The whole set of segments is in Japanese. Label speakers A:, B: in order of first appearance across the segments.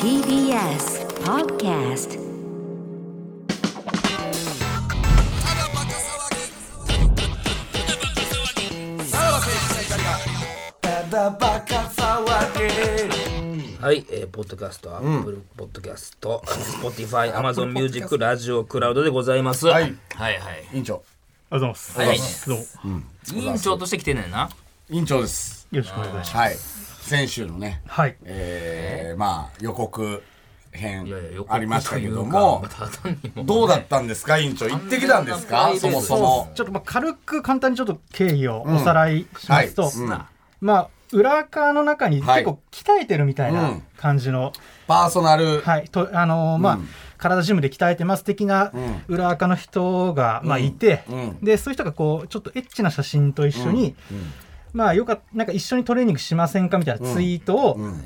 A: TBS Podcast
B: はい、えー、ポッドキャスト、アップルポッドキャスト、スポティファイ、アマゾンミュージック、ラジオ、クラウドでございます。
C: はい
B: はいはい。
C: 委員長
D: ありがとうございます。どうも。
B: 委員長として来てんねんな。
C: 委員長です
D: よろしくお願いします。
C: はい先週のね
D: はい。
C: えー、まあ予告編
B: いやいや、よ
C: ありましたけども
B: ただにも。
C: どうだったんですか委員長行ってきたんです
B: あん
C: か
B: な
C: そもそ
B: そう
C: も
D: ちょっとまあ軽く簡単にちょっと経緯をおさらいしますと、
C: はいうん
D: まあ裏側の中に
C: はい
D: 結構鍛えてるみたいうなん感じの、
C: パーソナル
D: はい、とあのーまあ、
C: うん
D: 体ジムで鍛えてます的な裏垢の人が、まあいて、
C: うん
D: でそういう人がこうちょっとエッチな写真と一緒に、まあよかっなんか一緒にトレーニングしませんかみたいなツイートを
C: ん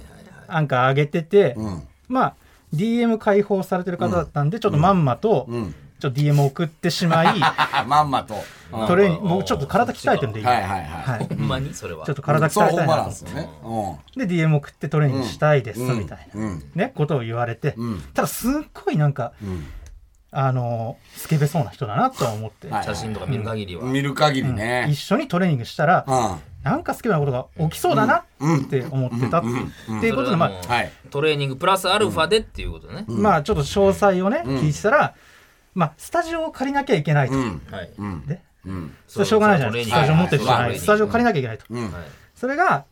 D: なんか上げてて、
C: うん
D: まあ DM 解放されてる方だったんで、ちょっとまんまと、
C: うん
D: ちょっと DM 送ってし まい、
C: あまんまとうん
D: トレーニング、もうちょっと体鍛えてるんで、今
C: はいはいはい
D: はい
B: ほんまにそれは。
D: ちょっと体鍛え
C: そう本
D: たい
C: 場
D: な
C: なん
D: と
C: ですよね
D: で、DM 送ってトレーニングしたいです、
C: うん
D: みたいな、
C: うん
D: ね、ことを言われて、
C: うん
D: ただ、すっごいなんか、あのースケベそうな人だなとは思って、
C: はい
B: 写真とか見る限りは。
C: うん見る限りね
D: 一緒にトレーニングしたら、
C: う
D: なんかスケベなことが起きそうだなって思ってたっていうっていうことで、まあ、
B: それはもうん
C: はい
B: トレーニングプラスアルファでっていうことね。
D: まあ、ちょっと詳細をね、聞いてたら、まあ、スタジオを借りなきゃいけないと。
C: うん
B: はい。
C: うん
D: で
C: うん
D: それしょうがないじゃないですか。スタジオ持ってる人じゃ
C: は
D: ないい。スタジオ借りなきゃいけないと。
C: うん
B: はい。
D: それが、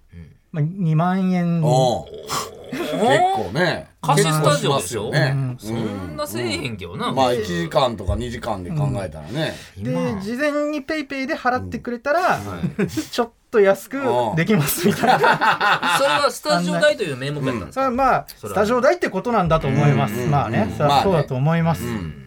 D: まあ、2万円
C: おう結構ね
B: 貸し
C: 結
B: ス
C: 構
B: タ
C: し
B: ジオ
C: ま
B: ですし
C: よ
B: ょ
C: ね
B: そんなせえへんけどな。
C: まあ1時間とか2時間で考えたらね、
D: で事前にペイペイで払ってくれたら、ちょっと安くできますみた いな
B: それはスタジオ代という名目やったんです
D: それ
B: か
D: はまあ
B: それは
D: スタジオ代ってことなんだと思います、
C: うん
D: まあね、
C: うん
D: それはそうだと思います、
C: うん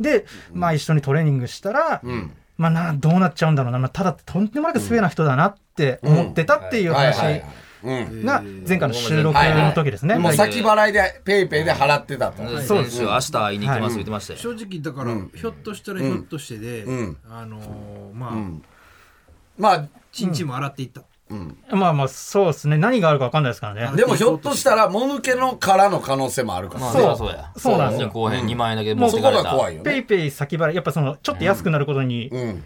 D: でまあ一緒にトレーニングしたら、
C: うん、
D: まあなどうなっちゃうんだろうな、まあ、ただとんでもなくスペな人だなって思ってたっていう話
C: はいはいはいうん
D: が前回の収録の時ですね、
C: でも
D: はい
C: 先払いでペイペイで払ってたと、
B: ね
D: そう
B: 先週明日会いに行きます言ってましたよ。
E: 正直だから、ひょっとしたらひょっとしてで、
C: うん
E: あのーまあ、
C: んまあ
E: チンチンも洗っていった、
D: まあまあそうですね何があるか分かんないですからね
C: でもひょっとしたらもぬけのからの可能性もあるから、
B: まあ
D: そう
B: ねそうや。
D: そうなんです
B: じゃ
D: よ
B: あ後編2万円だけ持
C: も
B: っ
C: う
B: て
C: そ
B: か
C: こ
B: れた。
C: が怖いよ
D: ペ
C: ね
D: イペイ先払いやっぱそのちょっと安くなることに
C: う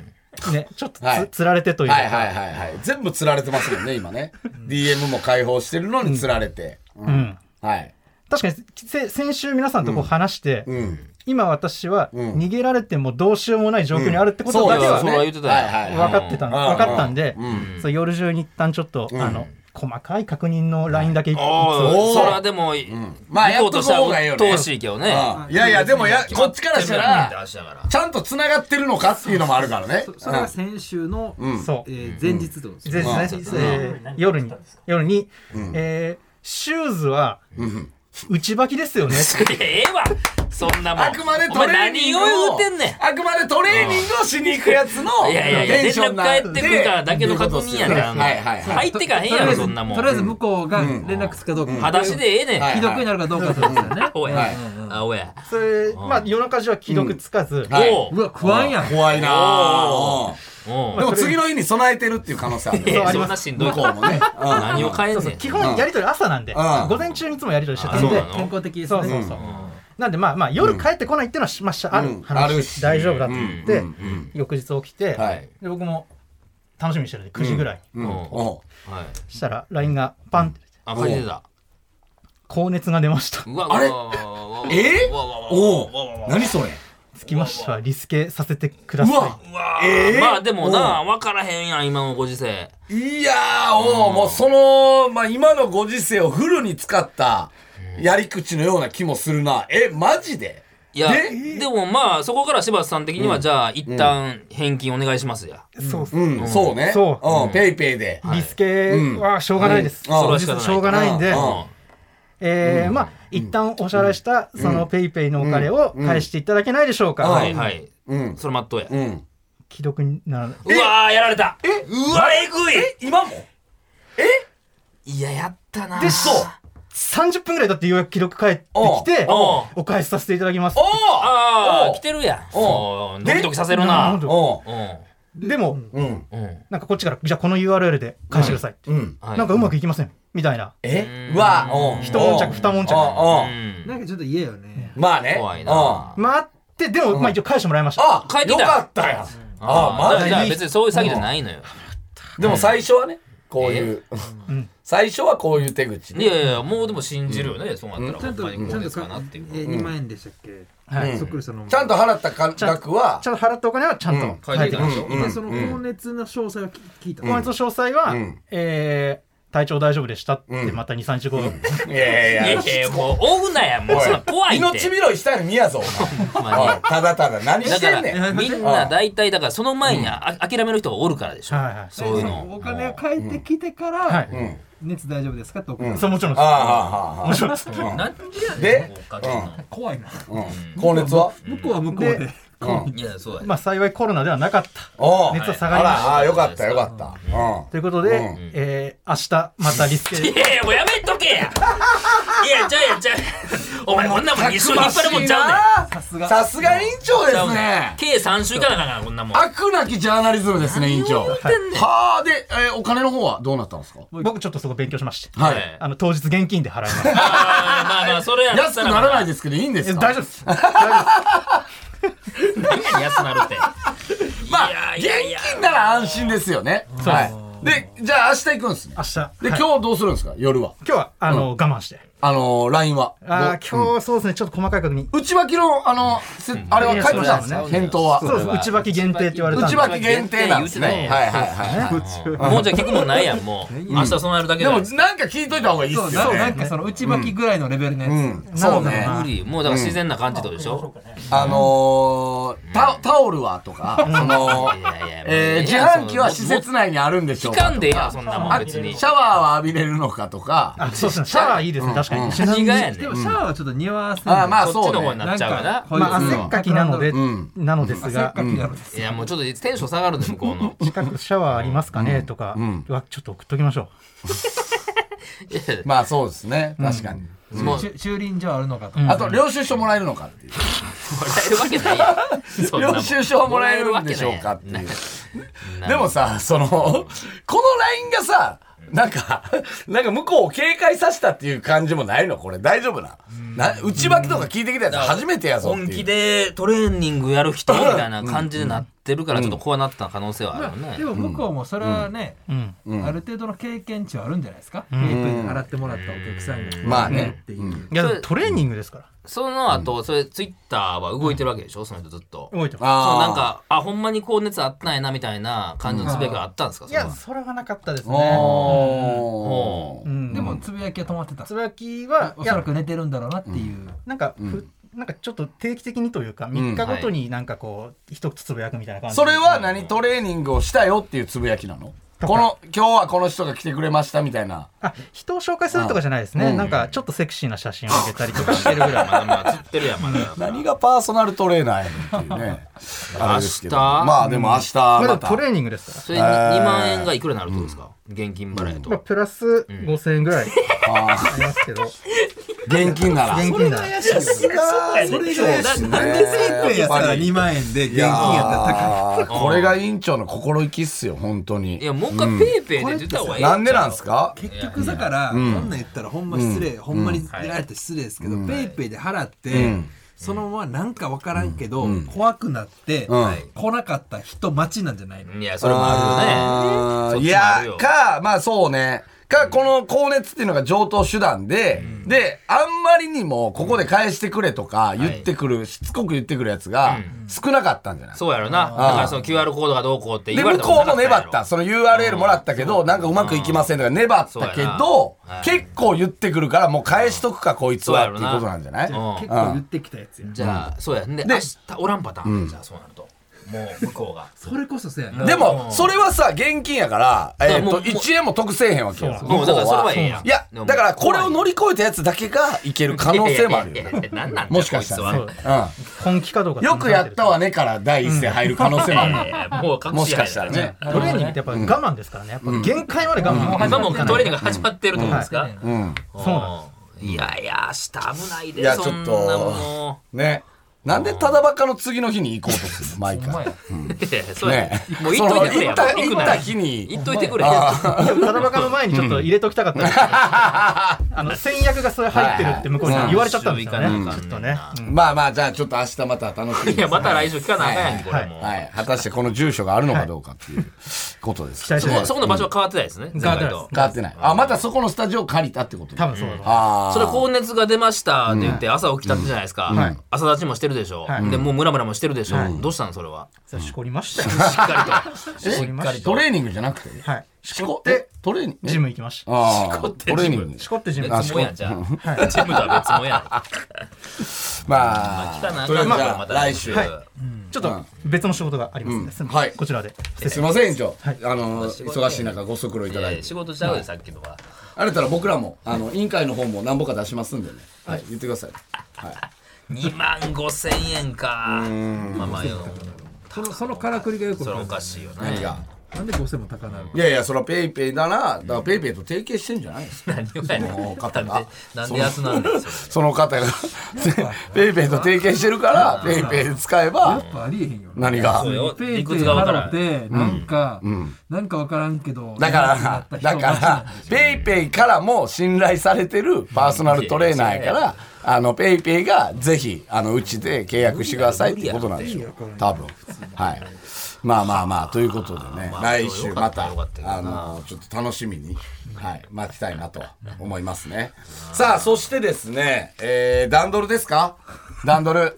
D: ね、
C: ん
D: ちょっとつ、
C: はい
D: つられてというか、
C: はいはいはいはい全部釣られてますもんね今ね DM も解放してるのに釣られて、うん
D: うん
C: はい
D: 確かにせ先週皆さんとこう話して、
C: うん
D: 今私は
C: ん
D: 逃げられてもどうしようもない状況にあるってことだけ
B: いや
D: は
B: そ
D: ね
B: れは言ってたよ
C: はいはいはい
D: 分かってた
C: うん
D: 分かったんで
C: う、ん
D: そう夜中に一旦ちょっと、あの細かい確認のラインだけ一
B: あ
D: 本
C: お
B: あ、
C: ー
B: それはでも、
C: まあ
B: 行こうとしたらうっとうしいけどね。
C: うんいやいやでもやこっちからしたら
B: 決まってるよね
C: ちゃんとつながってるのかっていうのもあるからね
E: そそれが先週の、
D: そう
E: えー前日ってことですね、
D: 全然えー夜に夜に、えーシューズは内履きで すよね
B: 明日からええわそんなもん。
C: あくまでトレーニング
B: お前何を言
C: を
B: うてんねん。
C: あくまでトレーニングをしに行くやつの
B: いやいやいや、
C: テ
B: 連
C: ンショ
B: 絡
C: ンな
B: 返ってくるからだけの確認やねん。あんな
C: はいはいはい
B: 入ってかへんやろ、そんなもん。
E: とりあえず向こうが連絡つくかどうか、
B: 裸足でええねん。
C: はい
E: 既読になるかどうかってことですよね
B: お
C: は
B: や
C: い。
B: あ、おや。
D: それまあ夜中中は既読つかず、
C: はい
B: おう
E: うわ不安やん
C: 怖いな
B: お
C: あ
B: お
C: う
B: うん
C: でも次の日に備えてるっていう可能性ある
B: い
C: よ
B: やそんなしんどい
C: 向こうもね
B: 何を変えんねん。
D: 基本やりとり朝なんで、
C: ん
D: 午前中にいつもやりとりしてた
B: あ
D: ん
B: そう
D: で
B: なの
E: 健康的です
D: そ
E: ね
D: うそうそう。なんでまあまあ夜帰ってこないっていうのはしました、あ
C: う
D: る
C: ん
D: 話、
C: あるし
D: 大丈夫だと思って、
C: うんうんうん
D: 翌日起きて、
C: はい
D: で僕も楽しみにしてるんで9時ぐらいに、
C: うん
B: おう
C: おう
B: はい。
D: したら LINE がパンって、
B: あ、書いてた。
D: 高熱が出ました
B: うわ、
C: あれ
B: うわうわうわうわ
C: え
B: うわうわうわ
C: おう何それ
D: つきましてはリスケさせてくださ
C: うわ
D: い
C: えー
B: まあでもな、分からへんやん、今のご時世。
C: いやーおうもうそのまあ今のご時世をフルに使ったやり口のような気もするなえマジで
B: いや、
C: で
B: でもまあ、そこから柴田さん的には、じゃあ、一旦返金お願いしますや。
D: そうっす、
C: うんそうね
D: そ
C: うんペイペイで
D: リスケはしょうがないです、
C: うんうん
B: うん
D: 実はしょうがないんで、
C: うんうん
D: えーまあ一旦お支払いしたそのペイペイのお金を返していただけないでしょうか、
B: は
D: はいい
B: はい。
C: うん
B: それ待っとうや。
C: うん
D: 既読にならないう
B: わー、やられた。うわ、えぐい。
C: 今も
B: いや、やったな。
D: で30分ぐらいだってようやく既読返ってきて
B: おう
D: お返しさせていただきます
C: おう
B: あ
C: お
B: あ、
C: う
B: 来てるやん。
C: お
B: おうドキドキさせるな。
D: なんだ
C: おう
B: うん
D: でも、
C: うん。
B: うん。
D: なんかこっちから、じゃあこの URL で返してくださいって。
C: うん。
B: はい
D: なんかうまくいきません。みたいな。
C: えうわ、うん。
D: 一悶着、二
C: う
D: 悶
C: ん
D: 着。
C: うん。
E: なんかちょっと嫌よね。
C: まあね。
B: 怖い
C: うん
B: な。
D: まああって、でも、まあ一応返してもらいました。
C: あ
B: 帰ってきた
C: よかったやん。あ
B: だ
C: マジ
B: から
C: で
B: だから別にそういう詐欺じゃないのよ。
C: でも最初はね、こういう、 最初はこういう手口
B: い
C: で。
B: やいや、もうでも信じるよね、そうなったら。
E: ちゃんと、
B: ほんまに
E: ち
B: こう
E: ゃ
B: んで
E: と
B: すかな
E: か
B: っ、て
E: え
B: いうのは。
E: ー、2万円でしたっけ
D: はい
E: そっくりその。
C: ちゃんと払ったか
D: ちゃん
C: 額は、
D: ちゃんと払ったお金はちゃんと
B: 書い
D: 返ってて
B: き
D: き
B: た
D: ま
B: で
D: し。
B: したょ。
E: で、その本熱の詳細は聞いた。
D: 今月の詳細は、
C: ん
D: えー体調大丈夫でしたって、また2、3日後。
C: いやい
B: い
C: やいや
B: や。いや、もう追うなや、もうそんな怖いって。
C: 命 拾いしたの見やぞ、お
B: ほん
C: 前。お
B: ま
C: いただただ、何
B: にだ
C: し
B: か
C: てんねん。
B: らみんな大体だからその前にあ諦める人がおるからでしょ
D: はいはい
B: そういうの
E: お金が返ってきてから、
D: はい。
E: 熱大丈夫ですかって送
D: そう、もちろん
C: ああ
D: です。
C: ああ、ああ。
B: なんでやねん
C: で
B: もうかけんの
E: 怖いな。
C: 高熱は
E: 向こうは向こうで
D: で。
C: うん。
B: いやそうや
D: まあ幸いコロナではなかった。
C: おう
D: 熱は下
C: あ
D: がりまし
C: ら、ああ、よかった、よかった。うん。
D: ということで、
C: うん
D: えー明日またリスケ。
B: いやいやもうやめとけやいやちゃうやんちゃうやんお前こんなもん一緒に引っ張るもんちゃ
C: さすが。さすが委員長
B: うねん
C: で
B: ちゃう
C: す
B: ねん
C: ね。
B: 計3週間だからこんなもん
C: 悪なきジャーナリズムですね、委員長。はあ、で、えーお金の方はどうなったんですか
D: 僕ちょっとそこ勉強しまして。
C: は
B: え
C: い。
B: え
D: あの、当日現金で払いました。
B: あーまあまあそれや
C: 安くならない
B: い
C: ですけど、いいんで
D: え
C: すか
D: 大丈夫です。大丈
B: 安くなるって
C: ま
B: い
C: あ、
B: やい
C: 現
B: やいや
C: 金なら安心ですよね。はい。で、じゃあ明日行くんですね。
D: 夫です。
C: で、
D: 明日。
C: 今
D: はい
C: 日どうするんですか夜は。
D: 今日は、あの、我慢して。
C: あのー、LINE は。
D: ああ、
C: ど
D: 今日、そうですね、ちょっと細かい確認。
C: 内巻きの、あの、せあれは書いてたんです
D: いや
C: ね
D: そ。う
C: 返答は。
D: そうです。内履き限定って言われたん
C: 内
D: で。
C: 巻き限定なんです
B: 言うて
C: ね。
B: な
C: はいはいはいはい。
B: もうじゃあ聞くもんないやんもう明日備えるだけ
C: で
B: だ
C: も、
B: よ
C: なんか聞いといた方がいいっ
E: そう、
C: す
E: な
C: よ
E: んかな
C: ね。
E: んかその内巻きぐらいのレベルのやつ。
C: うん。そうね。
B: 無理もうだから自然な感じってことでしょ
C: あのー、タタオルはと か、その
B: い、やいや
C: えー自販機は施設内にあるんでしょう
B: 期
C: か
B: 間
C: と
B: でええや
C: か
B: んそんなもん
C: あ
B: 別に
C: シャワーは浴びれるのかとか、
D: あ、そうですね。シャワーいいですね、確かに。
B: 何がやね
E: で
B: ん
E: もシャワーはちょっと匂わせ
C: あーまあ
B: そっち
C: そ
B: の
C: うね
B: 方になっちゃうから
E: な
D: まあ、
E: ん
D: 汗
E: か
D: っかきなので、
C: ん
D: なのです
E: せっか
D: が
E: き、なのです。
B: いやもうちょっとテンション下がるね向こう の
D: 近くシャワーありますかねとか、はちょっと送っときましょ
B: いや
C: まあそうですね。確かに。
B: もう
E: ちゅ駐輪場あるのかと。
C: あと、領収書もらえるのかっていう。
B: もらえるわけないやんそんなもん
C: 領収書はもらえるんでしょうかっていう。でもさ、その、 この LINE がさ、なんか、 なんか向こうを警戒させたっていう感じもないのこれ大丈夫な。な内履きとか聞いてきたやつ初めてやぞっていう。
B: 本気でトレーニングやる人みたいな感じになってるからちょっとこうなった可能性はあるよね
E: でも向こうもそれはね、
D: ん
E: ある程度の経験値はあるんじゃないですか、メイクに払ってもらったお客さんが、
C: まあね
E: っていう、
D: う。いや、トレーニングですから。
B: その後それツイッターは動いてるわけでしょその人ずっと
D: 動いてます。
B: そ
C: あ
B: の
C: あ。
B: なんかあほんまに高熱あったんやなみたいな感じのつぶやきがあったんですか
D: い
B: それ
D: や、
B: は
D: それはなかったですね。
C: おー。
D: うん
E: でもつぶやきは止まってた
D: つぶやきは、
E: お
D: い
E: そら
D: や、
E: く寝てるんだろうなっていう、
D: なんか、ふなんかちょっと定期的にというか、3日ごとになんかこう、一つつぶやくみたいな感じ
C: それは何トレーニングをしたよっていうつぶやきなの
D: とか
C: この、今日はこの人が来てくれましたみたいな。
D: あ、人を紹介するとかじゃないですね。なんか、ちょっとセクシーな写真をあげたりとかしてるぐ らい。
B: まだまだ釣ってるやんまだ
C: 何がパーソナルトレーナーやねんっていうね。あれですけど
B: 明日
C: まあでも明日
D: まだ
C: また。
D: トレーニングですから。
B: それに2万円がいくらになるってことですか現金払いだ
D: ま
B: と
D: あ、プラス5000円ぐらい
C: あ
D: ありますけ ど、現
C: ー現金なら。
D: 金なら。
B: それ
C: そうですね
E: 万円で現
C: いやーこれが委員長の心意気っすよ本当に
B: いやもう一回ペイペイで出た方がいい
C: なんでなんすか
F: 結局だから、こんなん言ったらほんま失礼、ほんまにやられて失礼ですけど、ペイペイで払って、そのままなんかわからんけど、怖くなって、
C: ん
F: 来なかった人待ちなんじゃないの、
B: いやそれもあるよね
C: いやかまあそうねかこの高熱っていうのが上等手段で、であんまりにもここで返してくれとか言ってくる、しつこく言ってくるやつが少なかったんじゃない、
B: そうやろな。だからその QR コードがどうこうって
C: で
B: 言わ
C: 向
B: れた
C: こうも粘っ
B: なか
C: たその URL もらったけど、なんかうまくいきませんとか粘っ
B: そう
C: た
B: や
C: け
B: な
C: ど、
B: はい
C: 結構言ってくるからもう返しとくか、こいつは
B: そう
C: っ
B: やろ
C: て
B: な
C: いうことなんじゃない、
B: やろ。うん
E: 結構言ってきたやつや、
B: じゃあ、そうや。で、明日おらんパターン。じゃあ、そうなると。もう向こうが。
E: それこそそうやな、
C: でも、それはさ、現金やから、えっ
B: もう
C: と、
B: もう
C: 1円も得せえへんわけよ。
D: そう
C: 向こ
B: もうだからそれはええやん
C: いや
B: でも、
C: だからこれを乗り越えたやつだけがいける可能性もある よね。
B: 何なんだよ、
C: もしかしたら
B: こいつ
D: 本気かどうか
C: うん。よくやったわねから第一声入る可能性もあるよ。
B: は。もう 隠
C: もし
B: やな
C: かしたらね。
D: トレーニングってやっぱり我慢ですからね。やっぱ限界まで我慢。
B: 今もうトレーニング始まってると思うんですか
C: うん。
B: そう
D: なん
B: いやいや、明日危ない
C: い
B: で、
C: や
B: そんなもの。
C: ね。なんでただばかの次の日に行こうとする毎
E: ほんま
C: 回
E: や。
B: いやいや そうや
C: ねえ
B: もう行っといてく
C: その行
B: れや
C: った
B: 行く
C: 行
B: な
C: っ
B: ら
C: た日に
B: 言っといてくれ
D: でもただバカの前にちょっと入れときたかったんですけどあの先約がそれ入ってるって向こうに言われちゃったんですよね、
B: うん
D: ちょっとね、うん
C: まあまあじゃあちょっと明日また楽しみ
B: いやまた来週聞かなあかんやん
C: はい
B: これも
C: はい果たしてこの住所があるのかどうかっていうことです
D: 期待
B: そ
D: して
B: こ
D: ます
B: そこの場所は変わってないですね
D: 変わってない
B: 前回と
C: 変わってないあまたそこのスタジオ借りたってこと
D: 多分そうだと思います
C: ああ
B: それ高熱が出ましたって言って朝起きたってじゃないです
D: は
B: か
D: い
B: 朝立ちもしてるでしょ
D: はい
B: でもうムラムラもしてるでしょどうしたのそれは
D: それしこりましたよ、
B: しっかりと
C: え
D: しっかりと
C: トレーニングじゃなくて
D: はい
C: しこってトレーニング
D: ジム行きました
C: ああ
B: しこって
C: トレーニング
D: しこってジム行きまし
B: 別もんやんじゃあ チームとは別もんやん
C: まあ
B: 聞かなあ
C: とりあえ
B: かん
C: ず
B: か
C: じ
B: ら
C: ゃ
B: ま
C: あ
B: た
C: 来週
B: はい
D: たちょっと別の仕事がありますね、
C: うんはい
D: こちらです
C: いません、長
D: はい
C: あの、忙しい中、ご足労いた
B: いや
C: だ
B: い
C: い
B: や
C: て
B: 仕。事しちゃうよさっきのは
C: あれたら僕らも、あの、委員会の方も何ぼか出しますんでね。はい、言ってください。
B: 2万5千円かまあまあよ
E: そのそのからくりがよく
B: それ
E: わ
B: お
E: か
B: かしいよね
C: 何が。
E: るなんで5000も高なる
C: いやいや、それはペイペイだな。だからペイペイと提携してんじゃないですか。
B: 何をやねん
C: その
B: な
C: 方
B: んで
C: が
B: なんで安なんだよそれ
C: その 方が、ペイペイと提携してるから、ペイペイ使え
E: や
C: ば
E: っ、ぱありえへんよな
C: 何が
B: そ。うよ
E: ペ
B: 理
E: イペ
B: 屈
E: イ
B: がわか
E: 払
B: ら
E: っ
B: ん
E: てなんかなんかわからんけど
C: だか
E: 嫌
C: ら、
E: にな
C: だ
E: った人
C: から、ペイペイからも信頼されてるパーソナルトレーナーやから、あの、ペイペイがぜひ、あの、うちで契約してくださいっていうことなんでしょう。多分。はい。まあまあまあ、ということでね、来週また
B: よかったよ、か
C: あの、ちょっと楽しみに、はい、待ちたいなと思いますね。さあ、そしてですね、えー、段取りですか段取り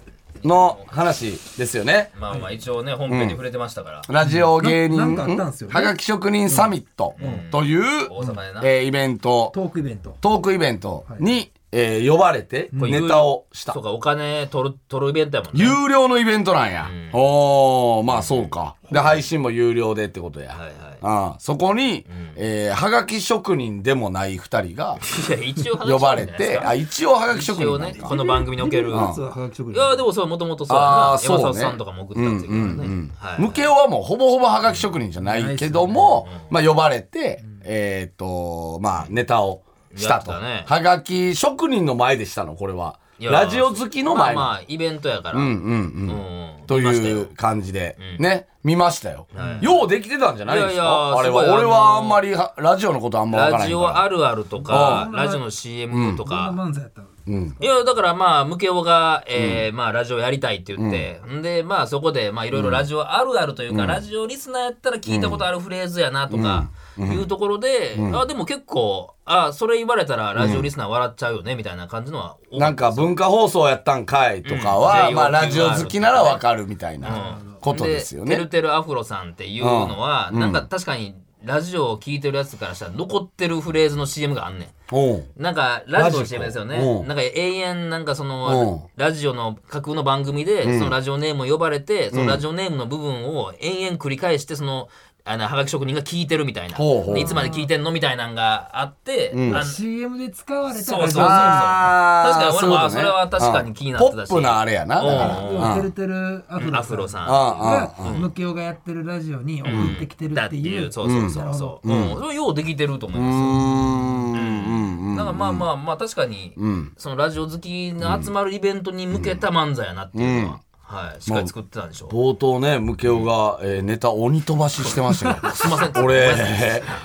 C: の話ですよね。
B: まあまあ一応ね本編に触れてましたから
C: ラジオ芸人、
E: なんかあったんすよね
C: はがき職人サミットという、
B: 大阪でな
C: えーイベント、
E: トークイベント
C: トークイベントに、えー呼ばれて
B: これ有
C: ネタをした
B: そう。かお金取る取るイベントやもんね
C: 有料のイベントなんや。おー、まあそうか。で、配信も有料でってことや。
B: はいはい
C: ああそこに、えーはがき職人でもない二人 が
B: いや一応話
C: 呼ばれ
B: してる
C: て、
B: んじゃな
C: あ、
B: いで
C: 一応はがき
B: す
C: 職
B: か一
C: 人
B: 応
C: なん
B: ね
C: か。
B: この番組におけるい
E: 実ははがき職人
B: やでもそうもともとそうや
C: あ
B: な
C: ーそう
B: 山
C: ね
B: 里さんとかも送ったっていうからねはい
C: ムケオはもうほぼほぼはがき職人じゃないけども、まあ呼ばれて、えーっと、まあネタをしたと。
B: やったね
C: はがき職人の前でしたの、これは。
B: いや
C: ラジオ好きの
B: まあ
C: 前の。
B: まあイベントやからう
C: うん
B: ん
C: うんうん。
B: うん
C: と
B: 見ました
C: い
B: よ
C: う感じで、ね、見ましたよ、ようできてたんじゃないですか
B: いやいや
C: あれは。
B: すごい
C: 俺はあ
B: あの
C: んまりはラジオのことあんまわからな
B: ラ
C: い
B: ジ
C: か
B: オ
C: ら。
B: あるあるとか
C: う
B: ラジオの CM とか
E: どんな漫才やったの
B: いや、だからまあ、ムケオが、えーまあ、ラジオやりたいって言って、ん、で、まあ、そこで、まあ、いろいろラジオあるあるというか、ラジオリスナーやったら聞いたことあるフレーズやなとか、いうところで、あ、でも結構、あ、それ言われたらラジオリスナー笑っちゃうよね、みたいな感じのは多か
C: な
B: っ
C: んか文化放送やったんかいとかは、
B: うん
C: まあ
B: JOQR
C: ラジオ好きならわかるみたいなこ
B: た
C: とですよ
B: で、てる
C: ね。
B: てるアフロさんっていうのは、なんか確かに、ラジオを聞いてるやつからしたら残ってるフレーズの CM があんねん。
C: おう
B: なんかラジオの CM ですよね、
C: うん
B: なんか永遠なんかそ
C: うん
B: のラジオの架空の番組でそのラジオネームを呼ばれてそのラジオネームの部分を延々繰り返してそのあのはがき職人が聞いてるみたいな
C: ほうほう
B: でいつまで聞いてんのみたいなんがあって、あの
E: CM で使われた
B: そうそうそう
C: あー
B: 確かに俺もあ
C: そういうことね
B: それは確かに気になってたし
C: ポップなあれやなだから
B: うん
E: でもてるてるアフロさん
B: アフロさん
E: が
C: ああああ
E: ムケオがやってるラジオに送ってきてる
B: だっ
E: ってて
B: い
E: いうう
B: そうそうそうそう、うんそれようできてると思いますよ、
C: うんうんうん
B: だからまあまあまあ確かに、そのラジオ好きの集まるイベントに向けた漫才やなっていうのは、はい、しっかり作ってたんでしょう。
C: 冒頭ね、ムケオが、えーネタ鬼飛ばししてましたけ ど。すいません。俺、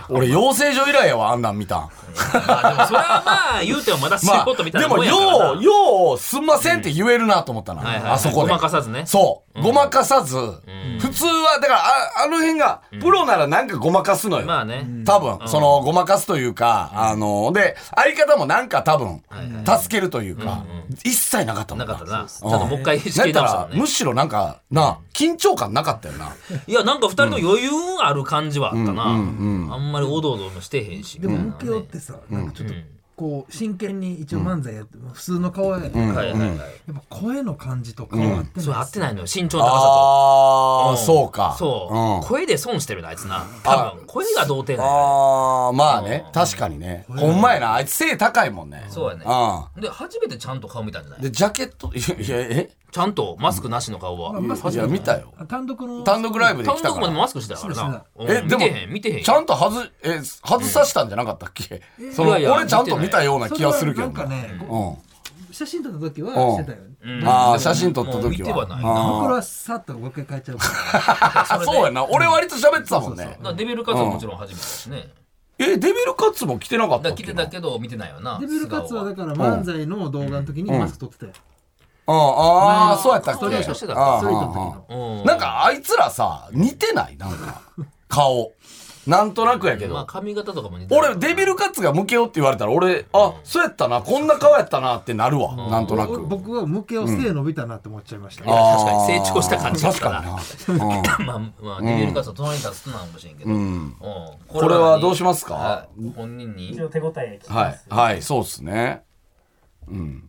C: 俺、養成所以来やわ、あんなん見た ん。
B: まあでもそれはまあ言うてもまだ仕
C: まあ、
B: 事みたいな
C: で
B: も
C: も、
B: んやからな
C: よう、よう、すんませんって言えるなと思ったな、
B: はいはいはい
C: あそこで。
B: ごまかさずね
C: そう。ごまかさず、普通は、だから、ああの辺が、プロならなんかごまかすのよ。
B: まあね、
C: 多分、その、ごまかすというか、あの、で、相方もなんか多分、助けるというか、一切なかったも
B: なんかったな。ちょっ
C: うん
B: ともう一回仕切
C: だ
B: り
C: か
B: 直した
C: ら
B: もんね
C: む。しろなんかな緊張感なかったよない
B: や、なんか二人の余裕ある感じはあったな。あんまりおどおどもしてへんし。
E: でも
B: み
E: ム
B: たい
E: ケ
B: な
E: オ
B: ね
E: ってさなんかちょっとこう真剣に一応漫才やって普通の顔やねやっ
B: はいはいはい。
E: ぱ声の感じと顔合って
B: それ合
E: ない
B: ってないのよ、身長の高さと。
C: あ
B: ん
C: あそうか
B: そう。
C: ん
B: 声で損してるな、あいつな。多分、声が童貞なんや
C: あーまあね確かにねほんまやなあいつ背高いもんね
B: そうやね。
C: う
B: で、初めてちゃんと顔見たんじゃない
C: んでジャケットいやいやえ
B: ちゃんとマスクなしの顔は。
C: いや見たよ
E: あ単独の
C: 単独ライブで来
B: 単
C: た
B: 独
C: か
B: まで
C: ら
B: マスクしてたから
E: そう
B: な。うん
C: えで
B: 見
C: も
B: てへん、見てへん。
C: ちゃんと外え外さしたんじゃなかったっけその
B: いやいや
C: 俺ちゃんと見たような
E: それ
C: 気がするけど
E: なんか
C: な
E: ね
C: うん
F: 写真撮った時は
C: う
F: し
C: ん
F: てたよね
B: うん
C: あー写真撮った時は
B: もう見てはない
C: あ
B: な。
F: 僕らはさっともう一回帰っちゃうから
B: れで
C: そうやな。俺割と喋ってたもんね
B: だ。からデビルカツはもちろん初めてだしね。
C: え、デビルカッツも来てなかった
B: だか
C: っ
B: ら
C: け
B: 来
C: な
B: てたけど見てないよな。
F: デビルカツはだから
C: 顔は
F: 漫才の動画の時にマスク取ってたよ
C: うんああ、そうやったっ
B: 素顔はストレートし
C: け
B: てた
C: あー
F: ストレートの時の
B: うん
C: なんかあいつらさ、似てないなんか。顔。なんとなくやけ
B: まあ
C: ど。
B: 髪型とかも似てる
C: 俺、デビルカッツが向けようって言われたら、俺、あ、そうやったな、こんな顔やったなってなるわ。なんとなく。
F: 僕は向けを背伸びたなって思っちゃいました
B: いや確かに成長した感じだ
C: 確
B: か。
C: からにな。うん
B: まあ、まあ、デビルカツは隣に立つのかもしれんけど。うんこ
C: これはどうしますか
B: はい本人に
G: 一。応手応え聞き
C: は
G: ま
C: い
G: す、、
C: はい、そうですね。うん。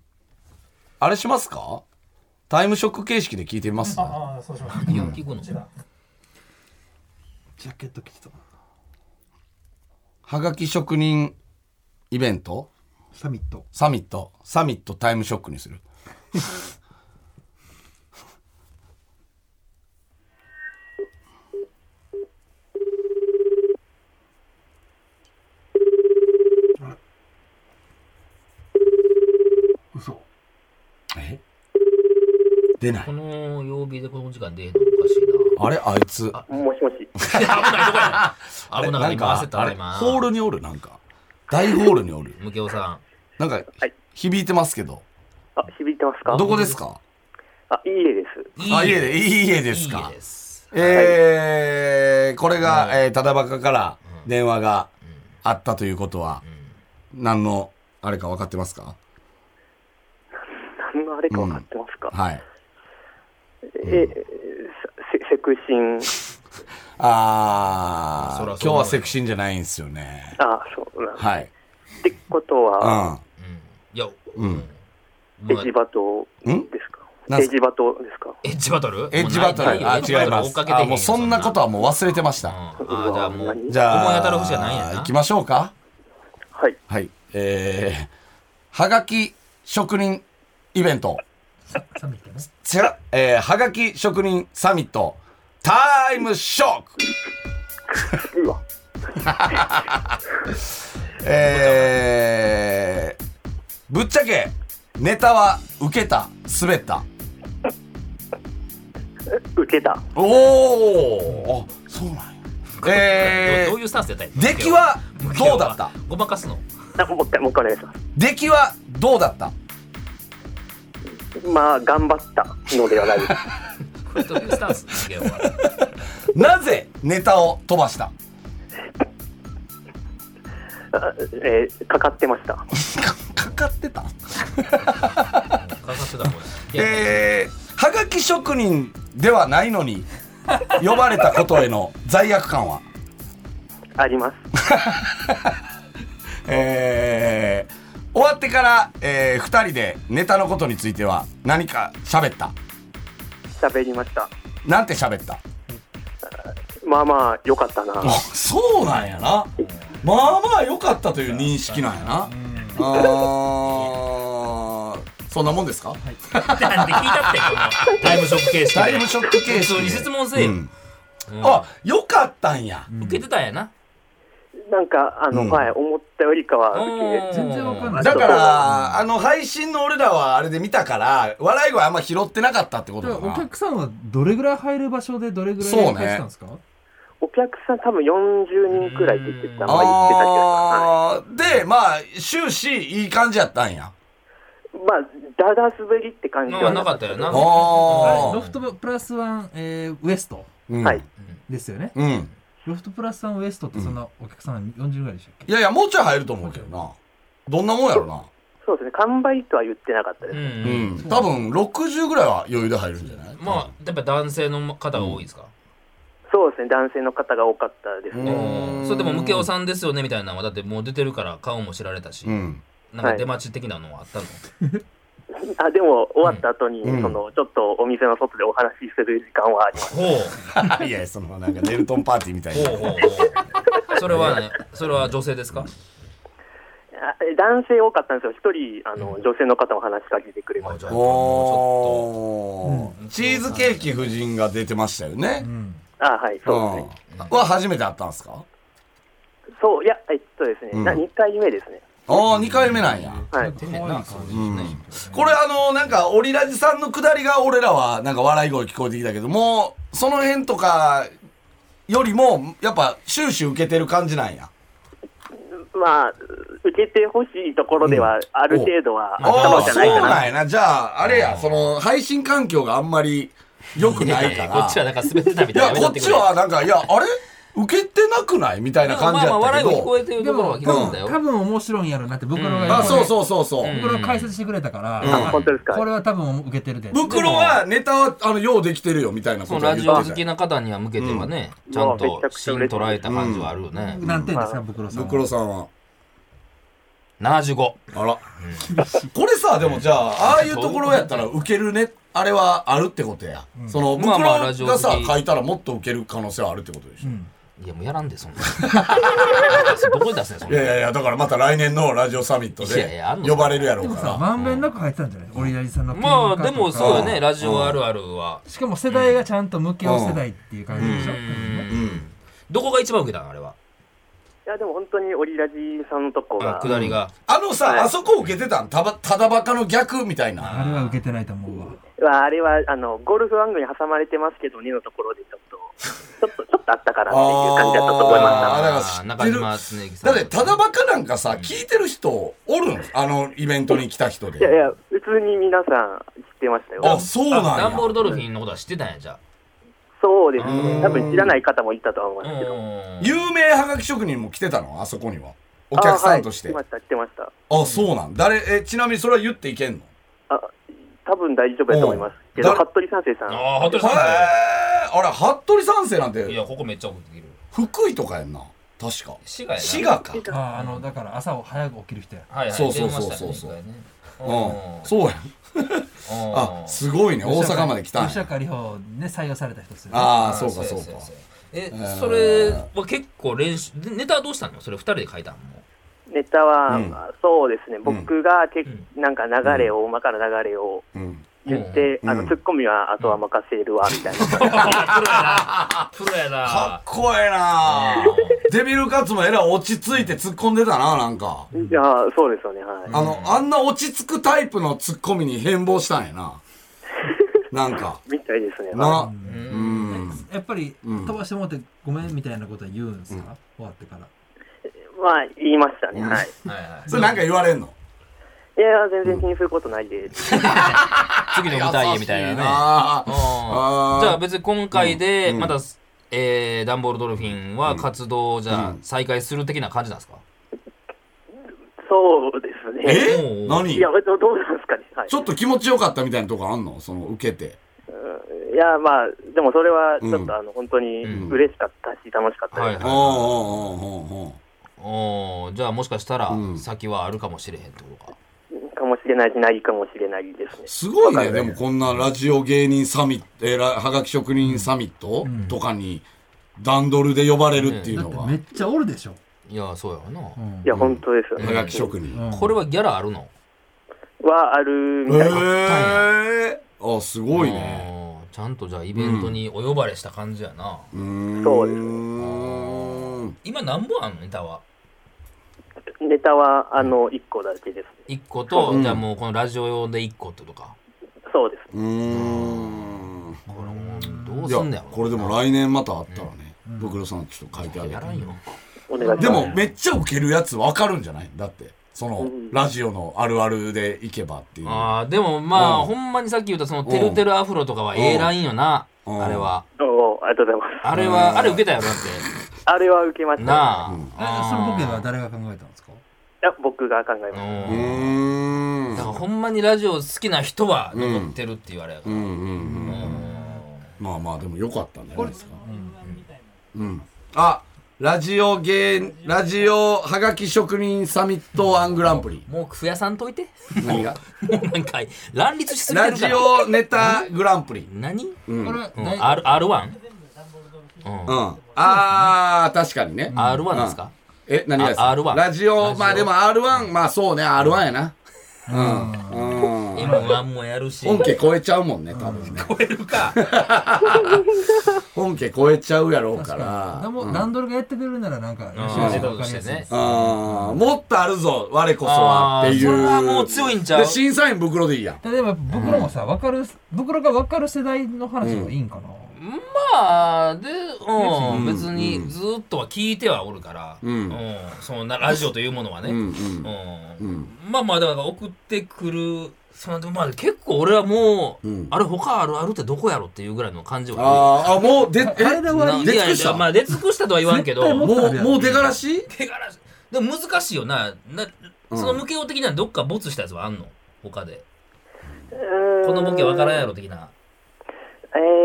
C: あれしますかタイムショック形式で聞いてみますあ
G: ああそうします
B: いや聞くの。
G: ちら
F: ジャケット着てたもん
C: はがき職人イベント
F: サミット
C: サミットサミットタイムショックにする。
F: 嘘
C: え出ない
B: こ。の曜日でこの時間でええのおかしいな。
C: あれあいつ。あ
H: もしもし。
B: 危ないとこや。
C: れ
B: 危ない。今焦った
C: あ
B: な
C: れ
B: 今。
C: ホールにおるなんか。大ホールにおる。
B: ムケオさ
C: なんか
H: はい、
C: 響いてますけど。
H: あ、響いてますか
C: どこですか
H: あ、いい家です。
B: ん。
C: あ、家で、いい家です
B: いい
C: か
B: 家。です。
C: えー、これが、えー、ただばかから電話があったということは、何の、あれか分かってますか
H: 何のあれか分かってますか、
C: はい。
H: え、えセセクシン。
C: あー、
B: そら
C: 今
B: そう
C: 日はセクシーじゃないんですよね。
H: あ、そうなん。
C: はい。
H: ってこと
C: う
H: は、
C: ん。
B: いや、
C: うん。
H: エ
B: まあ
H: ッジバトですか
C: なん
H: エ
C: す
H: ッジバトですか
B: エッジバトル
C: エッジバトル。あ、違います。あ、もうそんなこと
B: は。
C: はもう忘れてまし
B: うん
C: た。
B: あー、じゃあもう、
C: じゃあ、
B: 思い当たる節がないんやな
C: 行きましょうか。
H: はい。
C: はい。えー、はがき職人イベント。
E: サミットね
C: 違う、えー、はがき職人サミット、タイムショック
H: うわ。
C: えー、ぶっちゃけ、ネタは受けた、滑った。
H: 受けた。
C: おおあ、そうなんや。え
B: どう
C: ー、
B: いうスタンスでやったんや
C: 出来はどうだった
B: ごまかすの
H: あもう一回、もう一回お願いしま
C: 出来はどうだった
H: す。まあ、頑張ったのではな いです。
B: どういうスタンスムケオは
C: なぜネタを飛ばした
H: あえーかかってました。
C: かかってた
B: かかってたもんねいや
C: えー、はがき職人ではないのに、呼ばれたことへの罪悪感は
H: あります。
C: えー、終わってから、えー、2人でネタのことについては何か喋った
H: 喋りました。
C: なんて喋った
H: まあまあ、良かったな。
C: そうなんやなまあまあ良かったという認識なんやなあーそんなもんですか
B: なんで聞いたってこのタイムショック形式で
C: タイムショック形式
B: 普通に質問せえよ
C: うん
B: うん
C: あ良かったんや
B: 受けてたんやな
H: なんか、あの、
C: うん
H: はい、思ったよりかは
B: うん
H: 受
E: 全然わかんない
C: だからあの配信の俺らはあれで見たから笑い声あんま拾ってなかったってこ
E: じゃあ
C: と
E: お
C: かな
E: 客さんはどれぐらい入る場所でどれぐらい
C: そうね
E: 入ってたんですか
H: け、お客さん多分40人くらいって言ってた。まあ言ってた
C: あ
H: けど。はい
C: ーでまあ終始いい感じやったんや
H: まあ、ダダ滑りって感じで
B: まあ
H: は
B: なか
H: なか
B: っ
H: ったた
B: よ
H: け
B: な
H: ど。
C: あー
E: ロフトプラスワン、えーウエスト
C: うん
H: はい。
E: ですよね
C: うん。
E: ロフトプラスワンウエストってそんなお客さん40ぐらいでしたっけ
C: いやいや、もうちょい入ると思うけどな。どんなもんやろな。
H: そうですね、完売とは言ってなかったで
B: う
H: す。
B: ん
C: 多分、60ぐらいは余裕で入るんじゃない
B: まあやっぱ男性の方が多いですか
H: そうですね、男性の方が多かったです
C: う
H: ね。
C: ん
B: それでもムケオさんですよねみたいなのはだってもう出てるから顔も知られたし
C: うん。
B: なんか出待ち的なのはあったの
H: あでも、終わった後に、
C: うん
H: その、ちょっとお店の外でお話しする時間はあります。
B: ほう
C: いや、その、なんか、ネルトンパーティーみた
B: ほうほうほうそれはねそれは女性ですか
H: あ男性多かったんですよ。一人、あの、女性の方も話しかけてくれま
B: あ
H: し
B: じゃ
H: た。
B: あもうちょっ
C: おー。チーズケーキ夫人が出てましたよね。
H: あはい、
C: う
H: そうで
C: ん
H: すね。。
C: は初めて会ったんですか
H: そう、いや、えっとですね、
C: うん
H: な2回目ですね。
C: ああ、2回目なんや。
H: はい。
C: これあの、なんか、オリラジさんのくだりが俺らは、なんか笑い声聞こえてきたけど、もう、その辺とかよりも、やっぱ終始受けてる感じなんや。
H: まあ、受けてほしいところでは、ある程度はあった
C: あ
H: の
C: あ、
H: じゃ
C: そう
H: ないか
C: な
H: な。
C: んやな。じゃあ、あれや、その、配信環境があんまり良くないから。
B: こっちはなんか滑ってたみ
C: い
B: たい
C: や、
B: な。
C: こっちはなんか、いや、あれ受けてなくないみたいな感じ
B: ま
C: や
B: あまあ
C: った
B: 笑
C: け
B: いが聞こ
C: ど。
B: えてる
E: で
B: ところ
E: も
B: は聞こえんだよ。
E: 多分面白いんやろなって僕らが
C: あ、そうそうそうそう。
E: 僕らが解説してくれたから、
C: ん
H: 本当ですか
E: これは多分受けてるで
C: 袋はネタは、あの、ようできてるよ、みたいなこ
B: その
C: とは
B: ラ
C: 言
B: ジ
C: っ
B: オ
C: て
B: 好
C: たじ
B: き
C: ゃん。
B: な方には向けてはね、ちゃんと芯捉えた感じはあるよね。
E: 何点ですかブクロさんは
C: 袋さんは。
B: 75。
C: あら。これさ、でもじゃあ、ああいうところやったら受けるね、あれはあるってことや。その、
B: まあ
C: 袋
B: まあラジオ好
C: が
B: き
C: さ、書いたらもっと受ける可能性はあるってことでしょ。
B: いや、もうやらんで、そんな。 どこに出すねん、そん
C: いやい
B: な。
C: やいや、だからまた来年のラジオサミット
B: いやい
C: で
B: やあんの
C: 呼ばれるやろう
E: でも
C: か
E: さ
C: ら。
E: まんべんなく入ってたんじゃないオリラジさんの
B: まあ、でもそう
E: だ
B: よね、ラジオあるあるは。
E: しかも世代がちゃんと向け合う世代っていう感じでしょ、
B: どこが一番受けたのあれは。
H: いや、でも本当にオリラジさんのとこ
B: あ
H: が、
B: 下りが。
C: あのさ、あそこ受けてたんたば、ただバカの逆みたいな。
E: あれは受けてないと思うわ
H: はあれはあのゴルフ番組に挟まれてますけど、2のところでちょっ と、ちょっと、ちょっとあったかなっていう感じだったと思い
C: あ
H: ま
C: ー
H: し
C: だから知って
B: あー
C: る
B: 中島つねぎさ
C: だ
B: ん。
C: って、ただバカなんかさ、聞いてる人おるんあの、イベントに来た人で。
H: た。いやいや、普通に皆さん知ってましたよ。
C: あ、そうなんや。
B: ダンボールドルフィンのことは知ってたんや、じゃ
H: そうですね。多分知らない方もいたとは思い
B: あ。う
H: ますけど。
B: ん。
C: 有名はがき職人も来てたのあそこには。お客さんとして。
H: あはい、来てました、来てました。
C: あ、そうなん。誰、え、ちなみにそれは言っていけんの
H: あ、多分大丈夫だと思いますけど、
C: うんだ
H: 服部三世さん。
B: ああ、服部
C: へ
B: さん
C: え、あれ、服部三世なん
B: だよ。いや、
C: て、
B: ここめっちゃ送ってきる。
C: 福井とかやんな。確か。
B: 滋賀やな
C: 滋賀か。
E: あああのだから朝を早く起きる人や
B: はいはい。
C: そうそう
B: 電話したね
C: そうそう
B: 一回ね
C: うん。そうやん。
B: うん
C: あ、すごいね。大阪まで来たん
E: 吉
C: や。
E: 岡里帆ね採用された人ですよね
C: ああ、
B: あ
C: そうかそう
B: や
C: か
B: や。やえ、それは結構練習、でネタはどうしたのそれ二人で書いたの
H: ネタは、
C: うん
H: まあそうですね、僕がけ、なんか流れを、大まかな流れを
C: うん。
H: 言って、
C: うん
H: あの、
C: うん
H: ツッコミはあとは任せるわ、みたいな。
B: プロやな。
C: かっこええなデビルカツもえらい落ち着いて突っ込んでたな、なんか。
H: いや、そうですよね、はい。
C: あの、あんな落ち着くタイプの突っ込みに変貌したんや な。なんか。
H: みたいですね。はい
C: な。うん。
E: やっぱり飛ばしてもらってごめんみたいなことは言うんですか、終わってから
H: まあ、言いましたね、はい。
B: はいはい
C: それなんか言われんの
H: いや、全然気にすることないです。
B: 次の舞台へみたいなね。
C: あ
B: うん
C: あー
B: じゃあ別に今回で、まだ、えーダンボールドルフィンは活動をじゃあ再開する的な感じなんですか、
H: そうですね。
C: え何
H: いや、どどうなんですかね。はい、
C: ちょっと気持ちよかったみたいなとこあんのその受けて。
H: いや、まあ、でもそれは、ちょっと、
C: うん
H: あの、本当に嬉しかったし、楽しかった
B: は
H: で
B: い
H: す。
B: はい
C: おーおーおーおーおー
B: おーじゃあもしかしたら
C: ん
B: 先はあるかもしれへんってことか、
H: かもしれないし、ないかもしれないですね。
C: すごいね、でもこんなラジオ芸人サミット、えーらはがき職人サミットとかに段取りで呼ばれるっていう
E: だっ
C: の
E: て
C: が、
E: めっちゃおるでしょ
B: いやそうやわな、
H: いや、本当ですよね。
C: はがき職人。
B: これはギャラあるの
H: はあるみ
C: え
H: たいです。
C: えー、あ、すごいね。
B: あーちゃんとじゃあイベントにお呼ばれした感じやな、
C: うーん
H: そうです
C: ん。
B: 今何本あんのネタは
H: ネタは、あの、1個だけですね。
B: 1個と、じゃあもうこのラジオ用で1個ってことか
H: そうですね。
C: うーん。
B: これもうどう
C: い
B: すんね
C: や
B: や、ろ
C: これでも来年またあったらね、ブクロさんちょっと書いてあげ
B: や
C: て
B: ら。んよ
H: お願いし
C: で
H: ます。
C: もめっちゃウケるやつわかるんじゃないだってその、ラジオのあるあるでいけばっていうあ
B: あーでもまあ、
C: うん
B: ほんまにさっき言ったそのてるてるアフロとかはええラインよな、
C: うん
B: あれは
H: おーありがとうございます。
B: あれは、あれ受けたよだって
H: あれは受けました。
B: なあ、
E: えそのボケは誰が考えたんですか
H: いや僕が考えまし
C: うー
B: うん
C: ん
B: だからほんまにラジオ好きな人は残ってるって言われる、
C: うんうんうん
B: うん
C: まあまあでもよかったんじゃないですかうん、うんあラジオゲーラジオはがき職人サミットワングランプリ
B: もう増やさんといて
C: 何が
B: もうなんか乱立しすぎて
C: ラ
B: る
C: ジ
B: から
C: オネタグランプリ
B: 何、
E: これは、
B: うん、
E: 大
B: R- R1?R1
C: うんああー確かにね
B: ですか、
C: え何がですか
B: あ R1
C: ラジオまあでも R1 まあそうね R1 やなうん。うん。
B: M1 もやるし。
C: 本家超えちゃうもんね、多分ね。
B: 超えるか。
C: 本家超えちゃうやろうから。
E: でもランドルがやってくれるならなんか
B: うん
E: 吉田
B: そうしてね
C: あーもっとあるぞ、我こそはっていう。
B: あーそれはもう強いんちゃう
C: で、審査員袋でいいやん。
E: 例えば袋もさ分かる袋が分かる世代の話もいいんかな、
B: まあ、で、うん、別にずっとは聞いてはおるから、うん、そのなラジオというものはね。
C: うんうん。
B: うんまあまあだから送ってくるそのまあ結構俺はもう、あれ他あるあるってどこやろっていうぐらいの感じは
C: あーあ、もう出、え、
B: ない
C: 出尽くし
B: いやいや
C: た
B: まあ出尽くしたとは言わんけど
C: もう、もう出がらし
B: 手柄でも難しいよななその無形的などっかボツしたやつはあんの他でこ
H: こ
B: のボケわからんやろ的な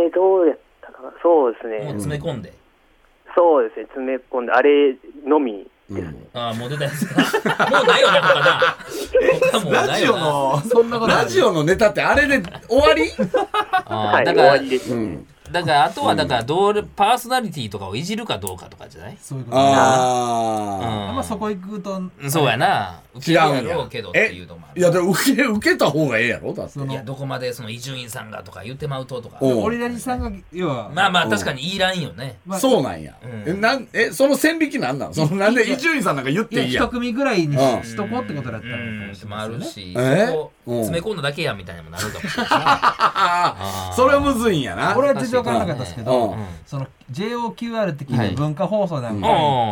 H: えー、どうやったかな。そうです
B: もう
H: ね。
B: 詰め込んで、
H: そうですね。詰め込んで、あれのみ。
B: ああもう出たやつか もうないよな他な他もう
F: ラ
B: ない
F: ジ
B: よ
F: オ
B: な
F: の
C: ラジオのネタってあれで終わ り
B: あ
H: は
B: ー
H: い、
B: だ
H: 終
B: か
H: わ
B: ら
H: りです。
B: だからあとはだからどうパーソナリティとかをいじるかどうかとかじゃない、
E: そういうこと
B: うん、
C: あ
E: あんまそこ行くと
B: そうやな。受ける
C: 違
B: や
C: うん
B: ろ
C: や
B: うけどって
C: え
B: いうのもあ
C: あ。
B: る。
C: いや、でも受け、受けた方がええやろだって
E: そ。
B: いや、
E: の
B: どこまでその伊集院さんがとか言ってまうととか。
C: おう
E: 俺らにさんが要は、
B: まあまあ、確かにいいラインよね。
E: まあ
C: そうなんや。
B: ん
C: え、なん、え、その線引きなんなんその、なんで伊集院さんなんか言っ
E: いや
C: ていいや
E: 一
C: ん。
E: 組ぐらいにし,、
C: うん
E: とこうってことだった
B: う
E: ら
B: ん、もあるし、
C: え
B: そこ
C: うん
B: 詰め込んだだけやみたいなのもなるかもしれないしな。
C: ああ、それはむずいんやな。
E: 俺は全然分からなかったですけど、
C: うん
E: その JOQR って聞
C: はいい
E: た文化放送なんか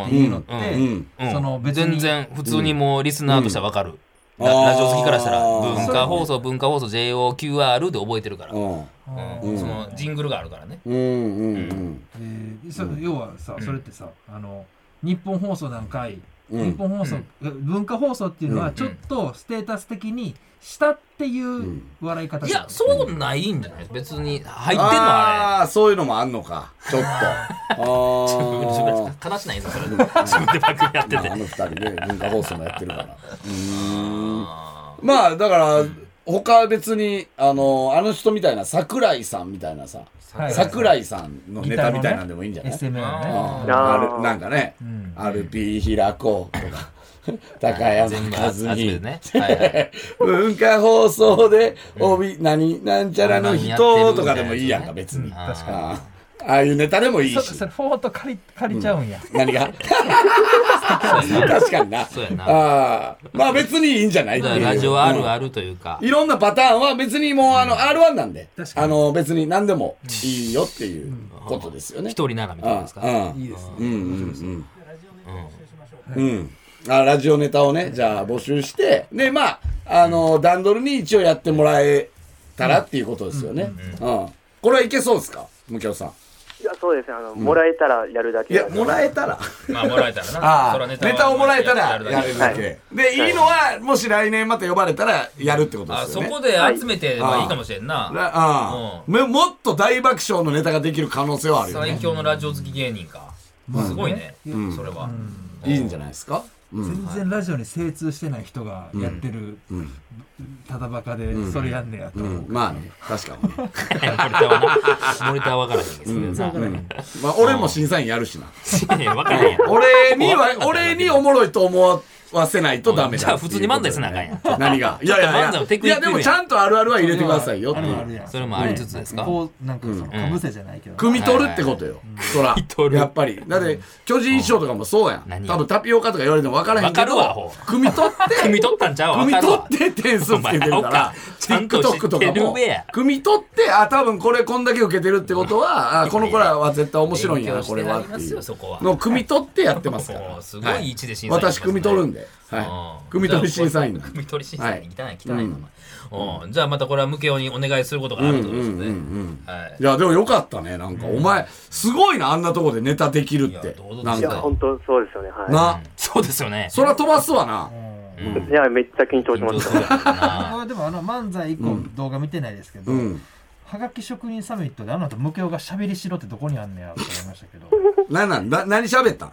E: っていうのって、
B: うん
C: うん
B: うん
E: その別
B: 全
E: に
B: 然普通にもうリスナーとしてはわかる。
C: うん
B: ラ
C: あー
B: ラジオ好きからしたら文
E: そう
B: 化放送文化放送 JOQR で覚えてるから、
C: うん。
B: うんそのジングルがあるからね
C: うんうん
E: えーそ要はさ、それってさあの日本放送なんかい、
C: うん
E: 日本放送、文化放送っていうのはちょっとステータス的に下っていう笑い方
B: い
E: じゃん
B: やそうないんじゃない別に入
C: う
B: っ
C: ん。
B: てんのあ
C: ああ、そういうのもあんのか。ちょっと。ああ。
B: れ悲しないぞそれ自分でパクやってて
C: あの二人で文化放送もやってるから。うーん。まあ、だから、他別に、あの、あの人みたいな、桜井さんみたいなさ、
E: はい
C: 桜井さんのネタみたいなんでもいいんじゃない
E: SMA の
B: あ
E: ね
B: ー
C: あ
H: あ
C: る
H: ー
C: なんかね、RP 平子とか、高
B: 全部
C: 山和
B: 集め
C: 美
B: て、ね。はいはい
C: 文化放送で帯、何、なんちゃらの人とかでもいいやんか、別に。あ
E: 確かに
C: あああいうネタでもいい
E: そ
C: し
E: そ。れフォート借り借りちゃうんや、
C: 何が確かにな。
B: そうやな
C: ああまあ別にいいんじゃないってい
B: だか
C: う
B: らラジオあるあ
C: る。
B: るというか
C: うん。いろんなパターンは別にもうあの R1 なんで、あの別に何でもいいよっていうことですよね。
B: 一人ならみたいなですか。
C: うん
F: いいですね
C: うんうんうん。うん。あラジオネタをね、じゃあ募集して、で、まあ、あの、段取りに一応やってもらえたらっていうことですよね。うん。これはいけそうですか無教さん。
H: いや、そうですね。あの、もらえたらやるだけ
C: いや、もら
H: え
C: えたら。
B: まあもらえたらな。
C: あ
B: そ
C: あ、
B: ら
C: ネ
B: は
C: タをもらえたらや
B: け
C: るだけ。で、いいのは、もし来年また呼ばれたらやるってこと
B: あ
C: です
B: そ
C: よね。
B: こで集めてはいいかもしれんな。
C: ああめもっと大爆笑のネタができる可能性はあるよ
B: 最
C: ね。
B: 強のラジオ好き芸人か。すごいね。それは。
C: いいんじゃないですか
E: 全然ラジオに精通してない人がやってる、ただバカでそれやんねやと
C: う
E: 思う、
C: ん、まあね、確かにね。
B: モニターは な。モニターは分からへんけどね。さ
C: まあ、俺も審査員やるしな。
B: あいや分からへんやん。
C: 俺には、俺におもろいと思わせないとダメだ。
B: じゃあ普通に漫才せなあかんやん。
C: 何がいやいや
B: 漫
C: い
B: 才
C: や
B: のテ。ク
C: いや、
B: ニック
C: で
B: ね
C: もちゃんとあるあるは入れてくださいよって
E: あ
C: い
E: るある
C: う。
E: やん
B: それもありつつですか。
E: こうなんかそのかぶせじゃないけど、
C: 汲み取るってことよ。そら
B: み取。る
C: やっぱり。だって、巨人衣装とかもそうやん。
B: 何
C: 多分タピオカとか言われても分からへんけ
B: 分かるわ
C: ど
B: ほ、
C: 汲み取って、
B: 汲み取ったんちゃうわ
C: 汲み
B: 分かる
C: 取
B: わ
C: って点数つけてる
B: お
C: か
B: 前
C: ら
B: あ、ちゃんと知ってる
C: TikTok とかも、
B: 上や
C: 汲み取って、あ、多分これこんだけ受けてるってことは、あこの子らは絶対面白いんやな、これはって
B: 勉強して
C: い
B: やります
C: う
B: よそこは
C: のを汲み取ってやってますから。
B: おーすごい位置で審査員
C: はい私、汲み取るんで。
B: あ
C: は
B: あ
C: い。汲み取り審査員なんで
B: 汲み取り審査員に汚い汚い
C: は
B: な
C: い
B: お前うんじゃあまたこれは無形にお願いすることがあるということで
C: うんうんうんうん
B: はい
C: いや、でもよかったね。なんか、お前、すごいな、あんなとこでネタできるっ
B: いや
C: て
B: 堂々とし。て
C: なん
H: いや、
C: か
H: 本。当そうですよね。はい。
C: な、
B: そうですよね
C: そら飛ばすわな。
H: いや、めっちゃ緊張し
B: 緊
H: ま
B: 張
H: し
B: す
H: た。
B: るやろうな
E: 僕はでもあの漫才以降動画見てないですけど、
C: うん。
E: はがき職人サミットであの後無形がしゃべりしろってどこにあんねやって思いましたけど
C: なんなん、な、何喋ったん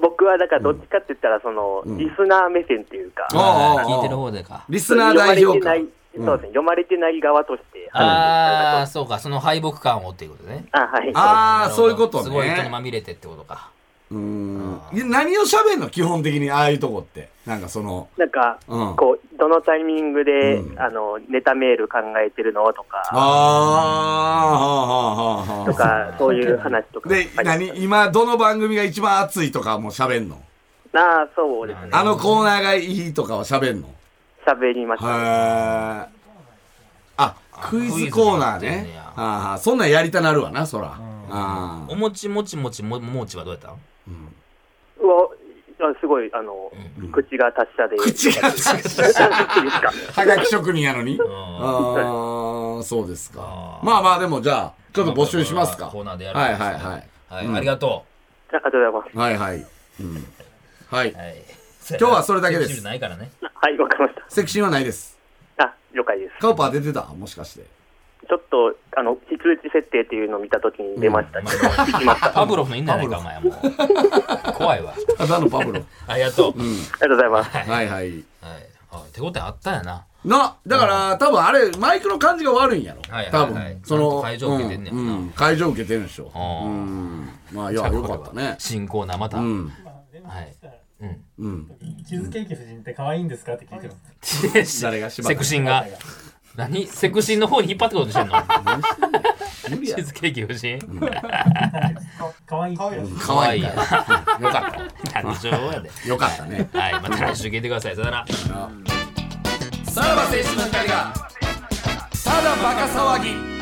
H: 僕は、だから、どっちかって言ったら、その、リスナー目線っていうか、
C: ああ
B: 聞いてる方でか
C: リスナー代表
H: 読ま
C: か
H: れ。てない、そうですね、読まれてない側として、
B: ああそうかその敗北感をっていうことね
H: あ、はい。
C: あ
B: な
C: あ、
B: るほど
C: そういうことね。
B: すごい人にまみれてってことか
C: うんいや何を喋んの基本的にああいうとこってなんかその
H: なんか、
C: うん
H: こう、どのタイミングで、あの、ネタメール考えてるのと
C: あー
H: か、
C: はあはあはあ
H: とか、そういう話とか。
C: で何今どの番組が一番熱いとかも喋んの
H: ああ、そうですね。
C: あのコーナーがいいとかは喋んの
H: 喋りました。
C: へえあクイズコーナー
B: クイズやってんね
C: ね
B: や
C: ああそんなんやりたなるわなそらあ
B: おもちもちもちももちはどうやったん
H: うわ、あすごい、あの、口が達者で。
C: 口が達者
H: いいですか
C: はがき職人やのにああそうですかまあまあでもじゃあちょっと募集しますか
B: コーナーでやる
C: はいはいはい
B: はい、ありがと、
H: ありがとうございます。
C: はいはいうんはいう
B: はい、
C: 今日はそれだけです
B: セクシーないからね
H: はい、わかりまし
C: セクシーはないです
H: た。あ、了解です。
C: カウパー出てたもしかして
H: ちょっと、あの、非通知設定っていうのを見たときに出ました。ちょっと聞きました。あ
B: パブロフのいいんじゃないかお前はもう怖いわ
C: ただのパ ブロ
B: ありがとう、
H: りがとうございます。
C: はいはい
B: はい、あ手応えあったんやな
C: なだから多分あれマイクの感じが悪いんやろ
B: はいはい
C: 多
B: はい
C: 分その
B: ちゃんと会場受けてんねや
C: う
B: ろなん
C: うん会場受けてるんでしょ
B: あー
C: うんまあいやよかったね
B: 新コーナーまた、
C: うん
B: はい、うん、
C: うん
G: チーズケーキ夫人って可愛いんですかって聞いてます。
C: 誰が縛
B: セクシンが何セクシンの方に引っ張ってこうとしてんの
C: 無理
B: チ
C: や
B: ーズケーキ夫人
G: 可愛い。
C: か
B: 可
C: わ
B: 愛
C: い
B: い
C: いか
B: や
C: らよ かっ
B: 誕生やで
C: たよかったね
B: はいまた来週聞いてくださいさよなら
C: さらば青春の光がただバカ騒ぎ